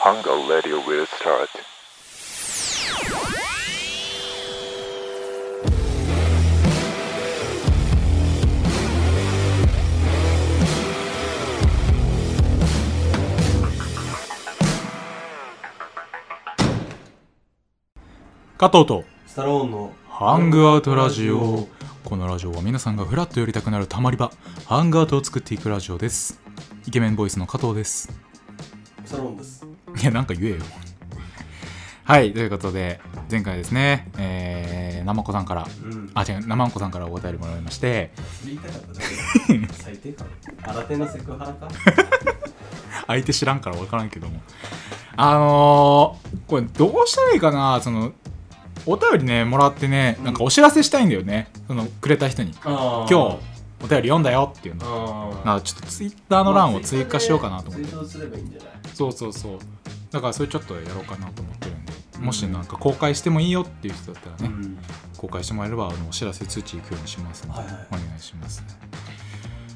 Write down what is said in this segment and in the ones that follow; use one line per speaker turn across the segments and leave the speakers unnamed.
Hango Radio will start.
加藤と
スタローンの
ハングアウトラジオこのラジオは皆さんがフラッと寄りたくなるたまり場ハングアウトを作っていくラジオですイケメンボイスの加藤です
スタローンです。
いやなんか言えよ はいということで前回ですねえー、なまこさんから
うん。
あ違うなまこさんからお答えもらいまして
言いたかっただけだ最低か。新手のセクハラか。
相手知らんから分からんけどもあのー、これどうしたらいいかなそのお便りねもらってねなんかお知らせしたいんだよねそのくれた人に
今
今日お便り読んだよっていうの
あ
なちょっとツイッターの欄を追加しようかなと思って、
ツイートすればいいんじゃない
そうそうそうだからそれちょっとやろうかなと思ってるんでもしなんか公開してもいいよっていう人だったらね、
ん。
公開してもらえればあのお知らせ通知行くようにしますので、
はいはい
お願いします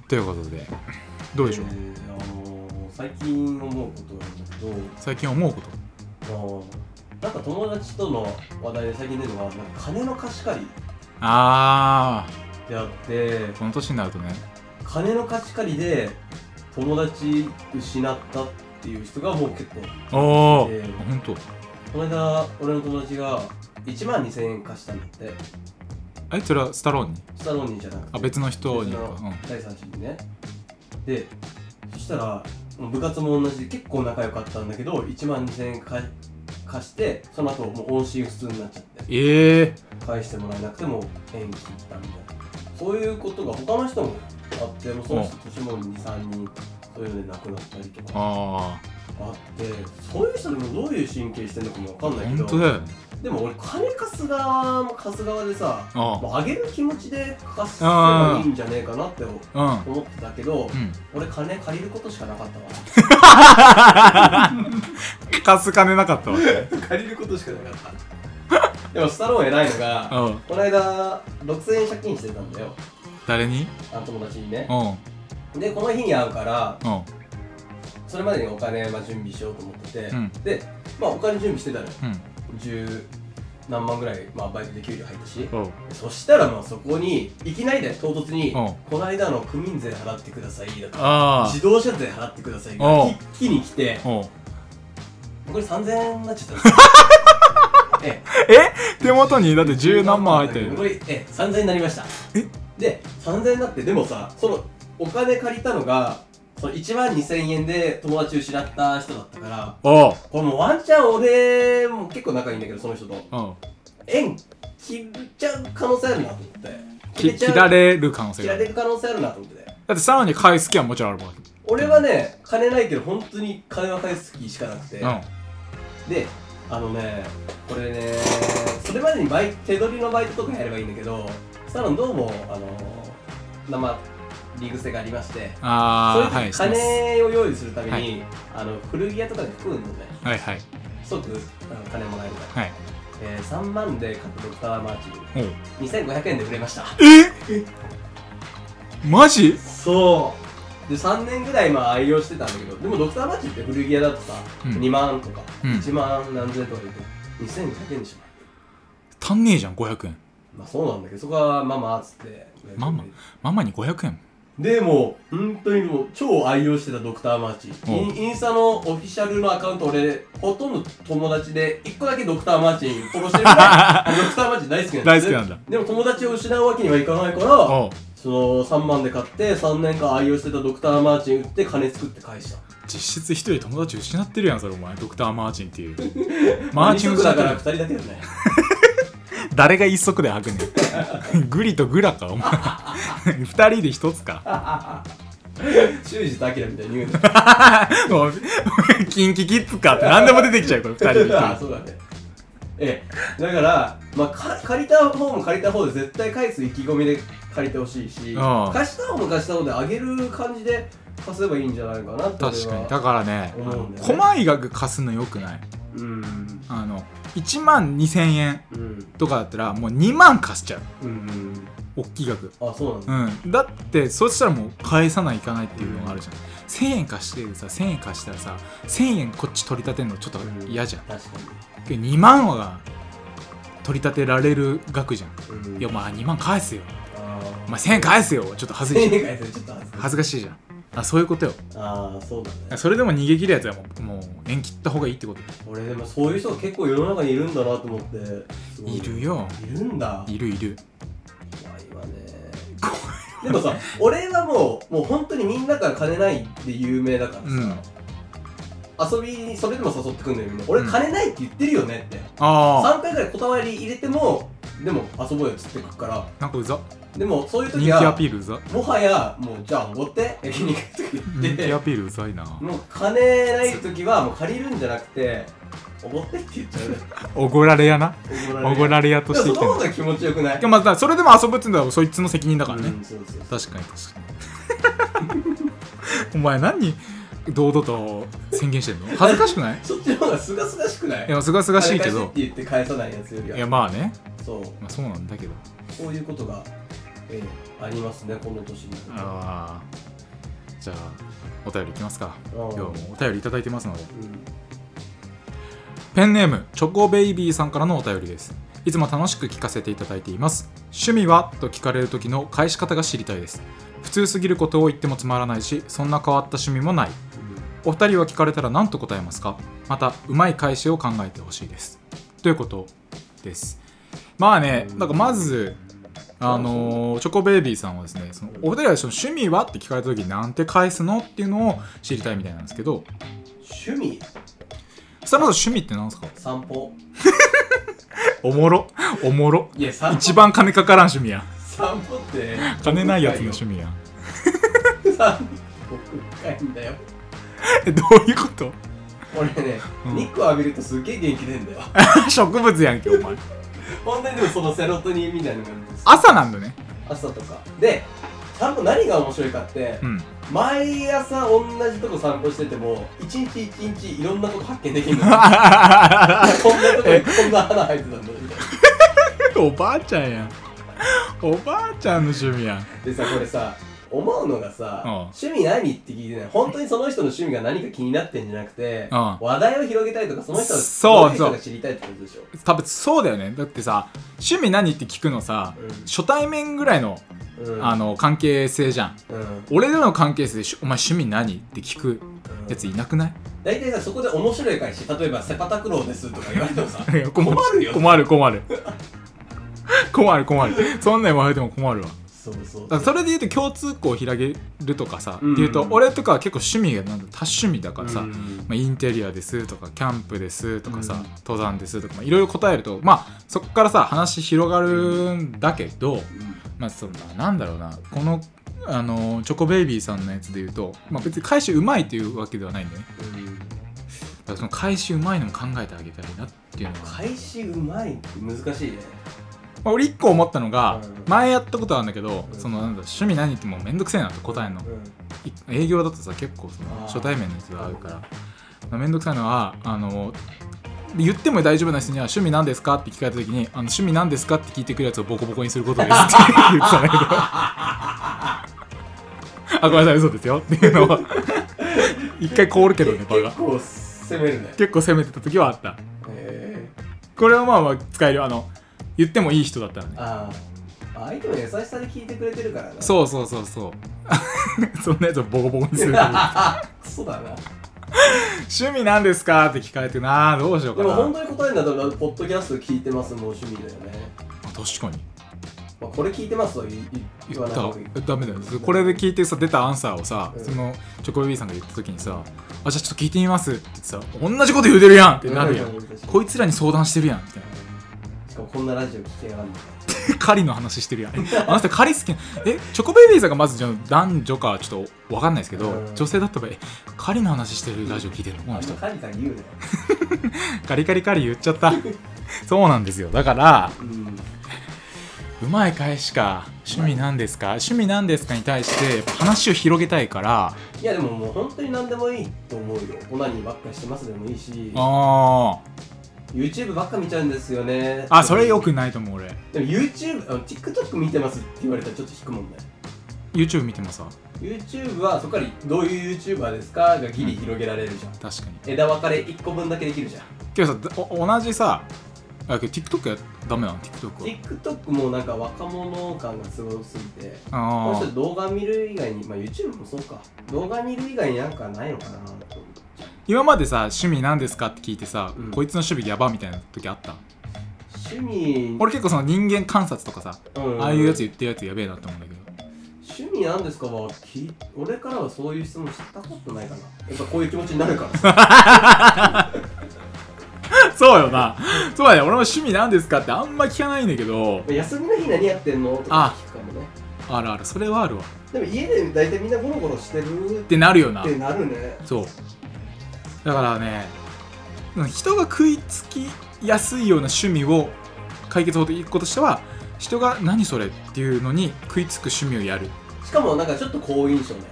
ということでどうでしょう、
えーあのー最近思うことなんだけど
最近思うこと、
あのー、なんか友達との話題で最近出るのが、なんか金の貸し借り
あ
ってあって、
あこの年になるとね
金の貸し借りで友達失ったっていう人がもう結構、
おお、
えー
本当
この間俺の友達が1万2000円貸したんだって。
あいつらスタローンに
スタローンにじゃなくて
あ別の人に
別
か、う
の
ん、
第三者にねでそしたらもう部活も同じで結構仲良かったんだけど1万2000円か貸してその後もう音信不通になっちゃって
ええ
返してもらえなくてもう延期ったみたいなそういうことが他の人もあってもうその人年も23人そういうので亡くなったりとか
あ
あってそういう人でもどういう神経してんのかも
あ
分かんな
本
いけど
当だよね
でも俺金貸す側も貸す側でさ
あ
もう上げる気持ちで貸せばいいんじゃねえかなって思
あ
思ってたけど、
うんうん
俺金借りることしかなかったわ
貸す金なかったわ
借りることしかなかったでもスタローン偉いのが
うん
この間6000円借金してたんだよ
誰に
あの友達にね
うんうん
でこの日に会うから
うん
それまでにお金、まあ、準備しようと思ってて、
うん
でまあお金準備してたのよ
うん
十何万ぐらい、まあ、バイトで給料入ったし
おう
そしたらまあそこにいきなりで唐突に
うん
「この間の区民税払ってください」だとか
あ
自動車税払ってください
おう
が一気に来て
あおう
これ3000円になっちゃったんで すよえ
手元にだって十何万入って
こ
る
れえ3000円になりました
え
で3000円になってでもさそのお金借りたのがその1万2000円で友達失った人だったから
おう
これもうワンチャン俺も結構仲いいんだけどその人と
うん
縁切っちゃう可能性あるなと思って
き
ちゃ
切
う
られる可能性
切
があ
ら
る
れる可能性あるなと思って
だってさらに返す気はもちろんあるわ
俺はね金ないけど本当に金は返す気しかなくて、
けうん
であのねこれねそれまでにバイ手取りのバイトとかやればいいんだけどサロンどうもあの生リグセがありましてそうい
ああは
う
い
時
してます
金を用意するために、
は
あの古着屋とかで服売るのね
はいはい
即あの金もらえるから、
はい
えー、3万で買ったドクターマーチ
おう
2500円で売れました
マジ
そうで3年ぐらいまあ愛用してたんだけどでもドクターマーチって古着屋だとさ、
うん
2万とか、
うん
1万何千とか言って2500円でしょ
足んねえじゃん500円
まあそうなんだけどそこはママっつって
ママママに500円
でもう本当にもう超愛用してたドクターマーチ
お
インインスタのオフィシャルのアカウント俺ほとんど友達で1個だけドクターマーチフォローしてるぐ らいドクターマーチ大好きなんです
大好きなんだ
でも友達を失うわけにはいかないから
おう
その3万で買って3年間愛用してたドクターマーチン売って金作って返した
実質一人友達失ってるやんそれお前ドクターマーチンっていうマーチン
二
失
足
っ
だ
て
か
る
ら2人だけだね
誰が一足で履くねんグリとグラかお前二人で一つか
修二とアキラみたいに言うね
もう、 キンキキッズかって何でも出てきちゃう、これ、二人で。
あそうだねええだから、まあ、か借りた方も借りた方で絶対返す意気込みで借りてほしいし
ああ
貸した方も貸した方であげる感じで貸せばいいんじゃないかなって俺は
確かに。だからね、
思うんだよね
細い額貸すのよくない
うん
あの、1万2000円
うん
とかだったら、もう2万貸しちゃう。
うん
大きい額
あそうなんだ、
うん、だってそしたらもう返さないいかないっていうのがあるじゃん、1000円貸してさ1000円貸したらさ1000円こっち取り立てるのちょっと嫌じゃん
確か
けど2万はが取り立てられる額じゃん
に、うん、
いやまあ2万返すよ
あー
お前1000円返すよちょっと恥ずい
千
じゃん
円返すちょっと恥ずかしい
恥ずかしいじゃんあそういうことよ
ああそうだね
それでも逃げ切るやつはもうもう縁切った方がいいってこと
俺でもそういう人が結構世の中にいるんだなと思ってすご
いるよ
いるんだ
いるいる
怖いわねでもさ俺はもうもう本当にみんなから金ないで有名だから
うん
さ、遊びにそれでも誘ってくんのよみんな俺金ないって言ってるよねって、
ああ
3回ぐらい断り入れてもでも遊ぼうよっつってくから
なんかうざ
でもそういう
人
時
気ア
は
ピールうざ
もはやもうじゃあおごって焼肉とか言
人気
って
アピールうざいな
もう金ない時はもう借りるんじゃなくておごってって言っちゃう
おごられやな おごら
れ
れやと
でも
してき
その
てんの
方が気持ちよくない
でもまあだからそれでも遊ぶっていうのはそいつの責任だからね、
うんそうそうそう
確かに確かに お前何堂々と宣言してんの恥ずかしくない
そっちの方がすがすがしくない
いやすがすがしいけ
金
ど
返せって言って返さないやつよりはい
やまあね、
そう
まあ、そうなんだけど
こういうことが、ええありますねこの年になると
ああじゃあお便りいきますか
うん
今日もお便りいただいてますので
うん
ペンネームチョコベイビーさんからのお便りですいつも楽しく聞かせていただいています趣味はと聞かれる時の返し方が知りたいです普通すぎることを言ってもつまらないしそんな変わった趣味もないお二人は聞かれたら何と答えますかまたうまい返しを考えてほしいですということですまあねなんかまずあのーチョコベイビーさんはですねそのお二人はその趣味はって聞かれた時になんて返すのっていうのを知りたいみたいなんですけど
趣味
さあまず趣味って何ですか
散歩
おもろ おもろ
いや散歩
一番金かからん趣味や
散歩って
金ないやつの趣味や
味 散歩深いんだよ
えどういうこと
俺ね、
うん
日光浴びるとすっげえ元気出ん だよ
植物やんけお前
本当にでもそのセロトニンみたいなのがあるんです
朝なんだね
朝とかで散歩何が面白いかって、
うん
毎朝同じとこ散歩してても一日一日いろんなこと発見できるのこんなとこにこんな花生えてたんだみたいな
おばあちゃんやんおばあちゃんの趣味やん
でさこれさ思うのがさ、
うん
趣味何って聞いてない本当にその人の趣味が何か気になってんじゃなくて、
うん
話題を広げたいとかその人の
そう
どい
そう
人が知りたいってことでしょ
多分そうだよねだってさ趣味何って聞くのさ、
うん
初対面ぐらいの,、
うん
あの関係性じゃん
うん
俺らの関係性でし「お前趣味何?」って聞くやついなくない
大体さそこで面白い返し例えば「セパタクローです」とか言われてもさ
いや困
るよ
困る困る困る困るそんなん言われても困るわ
そうそう
だからそれで言うと共通項を開けるとかさ、
うん
っていうと俺とかは結構趣味がなんだ多趣味だからさ、
うん
まあ、インテリアですとかキャンプですとかさ、
うん
登山ですとかまあいろいろ答えるとまあそこからさ話広がるんだけど、まあそのなんだろうなこのあのチョコベイビーさんのやつで言うと、まあ、別に返しうまいというわけではないんだよね
うん
だからその返しうまいのも考えてあげたらいいなっていうのが、
返しうまいって難しいね
まあ、俺一個思ったのが
うん
前やったことあるんだけど、
うん
そのなんだ趣味何ってもうめんどくせえなって答えんの
うん
い営業だとさ結構そ
あー
の初対面の人が会うからまあめんどくさいのはあの言っても大丈夫な人には趣味なんですかって聞かれた時にあの趣味なんですかって聞いてくるやつをボコボコにすることですって言ってたんだけ どあごめんなさい嘘ですよっていうのは一回凍るけどね場が
結構攻めるね
結構攻めてた時はあった
へえ
これはまあまあ使えるあの言ってもいい人だったらね
ああ相手も優しさで聞いてくれてるからなう
そうそうそうそう そんなやつをボコボコにする
そうだな
趣味なんですかって聞かれてなどうしよう
で
かな
も本当に答えになったらポッドキャスト聞いてますもう趣味だよね、
確かに
まあ、これ聞いてますとは言い言
言
わ
っ
ない方がいい
たダメだよこれで聞いてさ出たアンサーをさ、
うん
そのチョコベビーさんが言った時にさ「あじゃあちょっと聞いてみます」って言ってさ「同じこと言うてるやん!」ってなるやん、
うん
こいつらに相談してるやんみたい
しかもこんなラジオ聞けやがんの
な狩りの話してるやんあの人狩り好きなえチョコベビーさんがまずじゃあ男女かちょっとわかんないですけど、
うん
女性だった場合え狩りの話してるラジオ聞いてるのこ
あ
の
ん
人
まカリカリ言うね
カリカリカリ言っちゃった そうなんですよだから
うん
うまい返しか趣味なんですか趣味なんですかに対してやっぱ話を広げたいから
いやでももう本当に何でもいいと思うよオナニーばっかりしてますでもいいし
ああ
YouTube ばっか見ちゃうんですよね
あそれよくないと思う俺
でも YouTube あの TikTok 見てますって言われたらちょっと引くもんね
YouTube 見てますわ
YouTube はそこからどういう YouTuber ですかがギリ広げられるじゃん、
確かに
枝分かれ1個分だけできるじゃん
けどさお同じさあけど TikTok やダメなの TikTok は
TikTok もなんか若者感がすごすぎてこの
あ
人動画見る以外にまあ YouTube もそうか動画見る以外になんかないのかなと思って
ー今までさ趣味何ですかって聞いてさ、
うん
こいつの趣味やばみたいな時あった
趣味
俺結構その人間観察とかさ、
うん
ああいうやつ言ってるやつやべえなって思うんだけど
趣味なんですかは聞い俺からはそういう質問したことないかなやっぱこういう気持ちになるか らさ
そうよな。そうだね、俺も趣味なんですかってあんま聞かないんだけど、
休みの日何やってんのとか聞くかもね
あるある、それはあるわ。
でも家で大体みんなゴロゴロしてるっ
ってなるよな。
てなるね
そう。だからね、人が食いつきやすいような趣味を解決法と一個としては、人が何それっていうのに食いつく趣味をやる。
しかもなんかちょっと好印象のや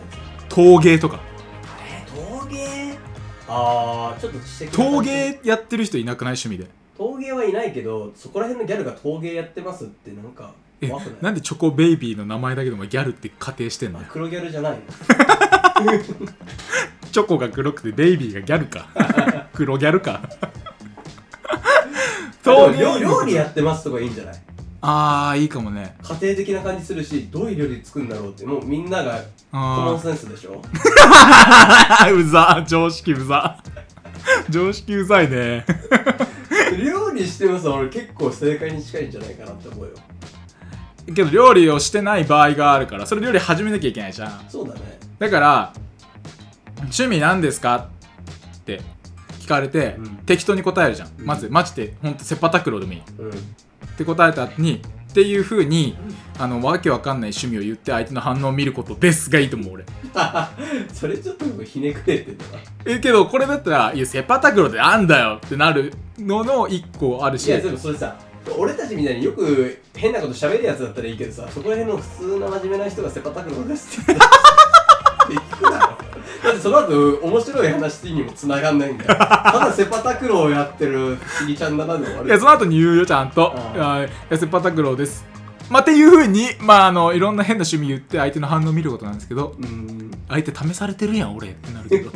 陶芸とか。
つ陶芸あーちょっと知的な
陶芸やってる人いなくない趣味で。
陶芸はいないけどそこら辺のギャルが陶芸やってますってなんか
え
怖くない
なんでチョコベイビーの名前だけでもギャルって仮定してんの
あ黒ギャルじゃないの
チョコが黒くてベイビーがギャル か黒ギャルか
あでも料料理やってますとかいいんじゃない
ああいいかもね
家庭的な感じするしどういう料理作るんだろうってもうみんながコモン
あ
センスで しょ
あ うざ常識うざ常識うざいね
料理してます俺結構正解に近いんじゃないかなって思うよ
けど料理をしてない場合があるからそれ料理始めなきゃいけないじゃん
そうだね
だから趣味何ですかって聞かれて、
うん
適当に答えるじゃん、
うん
まずマジでほんとセパタクローでもいい
うん
って答えた後にっていう風にあのわけわかんない趣味を言って相手の反応を見ることですがいいと思う俺
それちょっとひねくれてたな
えけどこれだったら「いやセパタクローってなんだよ」ってなるのの一個ある
い
し
やでもそれさ俺たちみたいによく変なこと喋るやつだったらいいけどさそこら辺の普通な真面目な人がセパタクローです って言ったらできるだろだってその後面白い話にも繋がんないんだよただセパタクローをやってる不思議ちゃんだなで終わ
い
る
やその後に言うよちゃんと「
うん
あいやセパタクローです」まあ、っていう風にまああのいろんな変な趣味言って相手の反応を見ることなんですけど
うーん
相手試されてるやん俺ってなるけ ど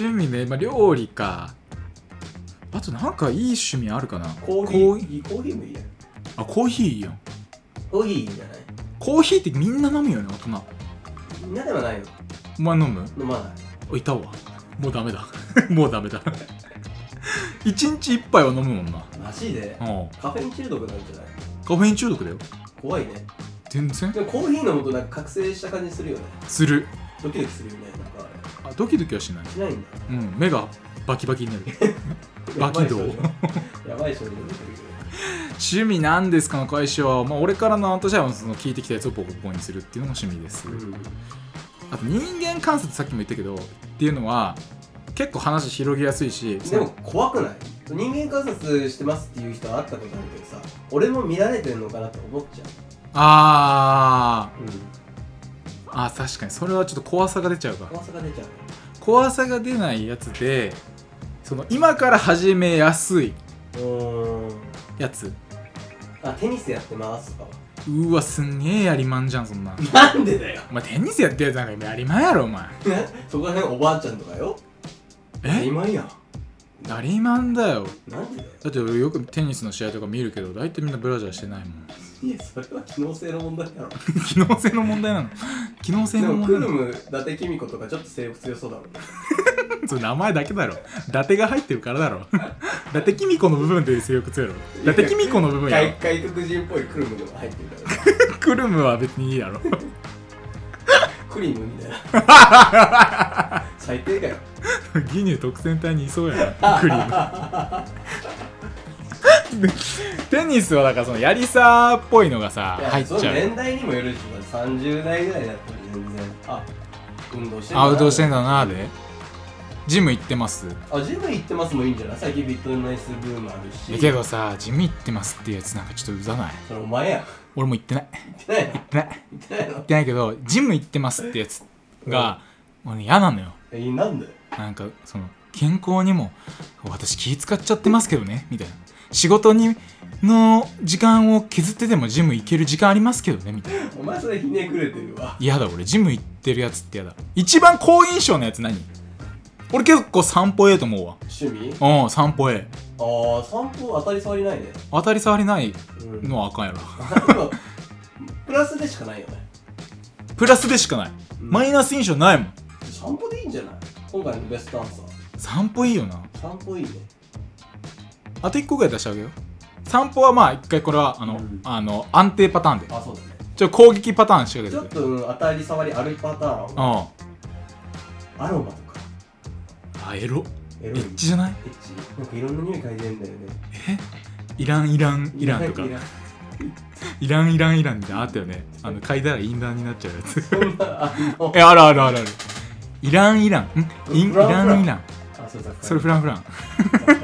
趣味ね、まあ、料理かあとなんかいい趣味あるかな
コーヒ
コ
ーコーヒーもいいやん
あコーヒーいいやん
コーヒーいいんじゃない
コーヒーってみんな飲むよね大人
みんなではないよ
お前飲む
飲まない
おいたわもうダメだ もうダメだ一日一杯は飲むもんな
マジで
うん
カフェイン中毒なんじゃない
カフェイン中毒だよ
怖いね
全然
でもコーヒー飲むとなんか覚醒した感じするよね
する
ドキドキするよねなんかあ
あドキドキはしない
れしないんだ
うん目がバキバキになるバキドー
やばい症状出て
趣味なんですかの会社は、まあ、俺からの私はその聞いてきたやつをボコボコにするっていうのが趣味です、
るけど、
あと人間観察さっきも言ったけどっていうのは結構話広げやすいし
でも怖くない人間観察してますっていう人は会ったことあるけどさ俺も見られてんのかなって思っちゃ
あー
う、うん、
あー確かにそれはちょっと怖さが出ちゃうか
怖さが出ちゃうね
怖さが出ないやつでその今から始めやすいう
ーん
やつ
あテニスやってますとか
うわすんげえやりまんじゃんそんな
はなんでだよ
お前テニスやってるやつなんかやりまんやろお前
そこら辺おばあちゃんとかよ
え
今や
やりまんだよ
なんでだよ
だって俺よくテニスの試合とか見るけど大体みんなブラジャーしてないもん
いやそれは機能性の問題だろ
機能性の問題なの機能性
で
の
もク
問題
ル
なの
ム伊達公子とかちょっと性欲強そうだろうね
それ名前だけだろ伊達が入ってるからだろ伊達公子の部分で性欲強いろ伊達公子の部分やろ
外外国人っぽいクルムでも入ってるからね
クルムは別にいいやろ
クリームみたいな 最低だよ
ギニュー特選隊にいそうやなクリーム テニスはだからそのやりさっぽいのがさ
いや
入っち
そ
ゃ
の
う
年代にもよるし30代ぐらいだったら全然あ運動してんだ
あ
な
運動してんだなーでジム行ってます
あジム行ってますもいいんじゃない最近ビットネスブームあるし
えけどさジム行ってますっていうやつなんかちょっとうざない
それお前や
俺も行ってない
行ってな
行ってな
いの
い行
行ってないの
ってないけどジム行ってますってやつが、俺嫌なのよ
えなんで
なんかその健康にも私気使っちゃってますけどねみたいな仕事にの時間を削ってでもジム行ける時間ありますけどねみたいな
お前それひねくれてるわ
嫌だ俺ジム行ってるやつって嫌だ一番好印象のやつ何俺結構散歩ええと思うわ
趣味
うん散歩ええ
ああ散歩当たり障りないね
当たり障りない
うん
のはあかんやろ
でも プラスでしかないよね
プラスでしかないマイナス印象ないもん
散歩でいいんじゃない今回のベストアンサー
散歩いいよな
散歩いいね
あと1個ぐらい出してあげよう散歩はまあ一回これはあの、
うん
あの安定パターンで
あそうだね
ちょ攻撃パターンしてあげ
ち
て
ょっ
くれ
と、うん、当たり障り悪いパター
う
ン
んあ
アロマとか
エロ
エ
エ
ロい
ッ
エッ
チ
チ
じゃない
なんかいろんな匂い嗅いでんだよね
イランイランイランとか
いらん
イランイランイランみたいなのあったよねあの嗅いだらインランになっちゃうやつ
そんなあの
えあるあるあるあるイランイランんインイ
フランフラン
ランイラン
あそれさ
それフランフラン
で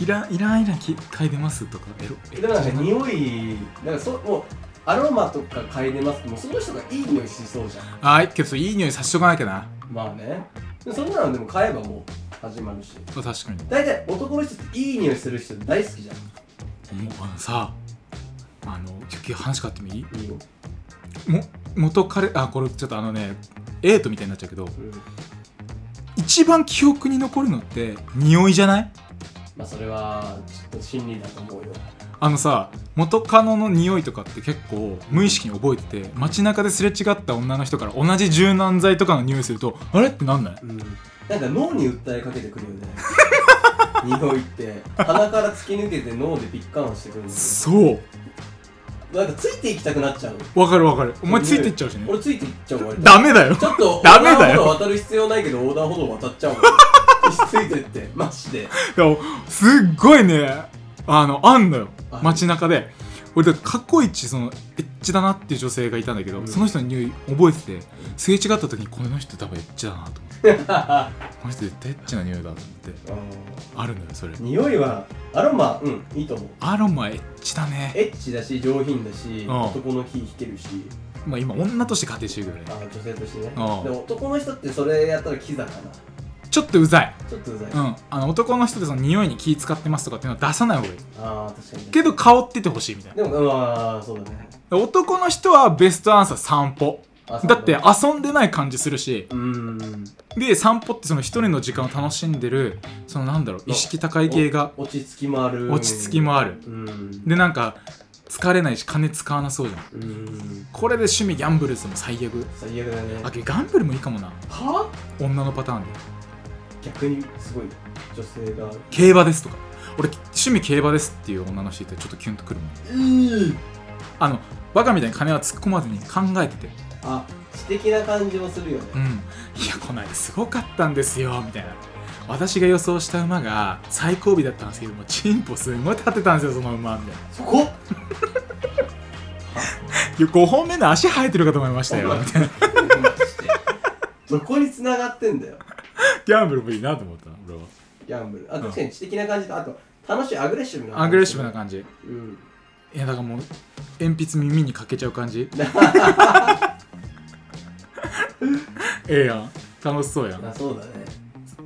イランイランイランき嗅いでますとかエロエ
も
ロ
なんか匂いなんかそもうアロマとか嗅いでますってもうその人がいい匂いしそうじゃん
あいけどいい匂いさせとかなきゃな
まあねでそんなのでも買えばもう始まるし
確かに
大体男の人っていい匂いする人大好きじゃ
もうあのさあのちょっと話変わってもいい
んいいよ、
も元彼あこれちょっとあのねエイトみたいになっちゃうけど
うん、
一番記憶に残るのって匂いじゃない
まあそれはちょっと心理だと思うよ
あのさ元カノの匂いとかって結構無意識に覚えてて街中ですれ違った女の人から同じ柔軟剤とかの匂いするとあれってなんない
うんなんか脳に訴えかけてくるよね 匂いって鼻から突き抜けて脳でピッカンしてくるんだよ
そ
なんかついていきたくなっちゃう
うわかるわかるお前ついてっちゃうしね
俺ついていっちゃう割と
ダメだよ
ちょっと横
ダメ
断
だ
歩
よ
道渡る必要ないけど横断歩道渡っちゃうもんついてってマジで
でもすっごいねあのあんのよ
ある
街中で俺だから過去一そのエッチだなっていう女性がいたんだけど、
うん
その人の匂い覚えててすれ違った時にこの人多分エッチだなと思って この人絶対エッチな匂いだと思って
うん
あるのよそれ
匂いはアロマうんいいと思う
アロマエッチだね
エッチだし上品だし
うん
男の気引けるし
まあ今女として仮定してるけどね
あ女性としてねで
うん
も男の人ってそれやったらキザかな
ちょっとうざい、
ちょっとうざい、
う
あ
ん、あの男の人でその匂いに気使ってますとかっていうのは出さない方がいい
あー確かに
けど香っててほしいみたいな
でもうんあーそうだね
男の人はベストアンサー散歩
あ
だって
そう
遊んでない感じするし、
うーん
で散歩ってその一人の時間を楽しんでるそのなんだろう意識高い系が
落ち着きもある
落ち着きもある
うん
でなんか疲れないし金使わなそうじゃん
うん
これで趣味ギャンブルズも最悪
最悪だね
あけどギャンブルもいいかもな
は
女のパターンで
逆にすごい女性が
競馬ですとか俺趣味競馬ですっていう女の人いたらちょっとキュンとくるもん
うん
あのバカみたいに金は突っ込まずに考えてて
あ知的な感じもするよね
うんいやこないだすごかったんですよみたいな私が予想した馬が最後尾だったんですけどもチンポすごい立ってたんですよその馬みたいな
そこ
いや5本目の足生えてるかと思いましたよみたいな
どこに繋がってんだよ
ギャンブルもいいなと思った俺は
ギャンブルあ確かに知的な感じとあと楽しいアグレッシブな感じ
アグレッシブな感じ
うん
いやだからもう鉛筆耳にかけちゃう感じええやん楽しそうやん
あそうだね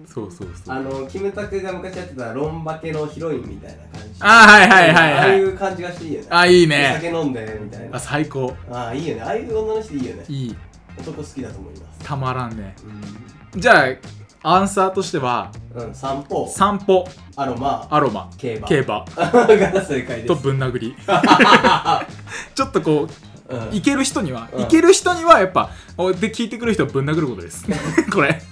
そうそうそう
あ
あ
のキムタクが昔やってたロンバケのヒロインみたいな感じ
はいはいはいはい
ああいう感じがしていいよね
あいい
お
ね
酒飲んでみたい
あ
な
最高
ああいいよねああいう女の人いいよね
いい
男好きだと思います
たまらんね
う
じゃあアンサーとしては
ん、うん、散歩
散歩
アロマ
アロマ
競馬
競馬
が正解です
とぶん殴 りちょっとこう
うん
いける人には、
うん
いける人にはやっぱおで聞いてくる人はぶん殴ることです これ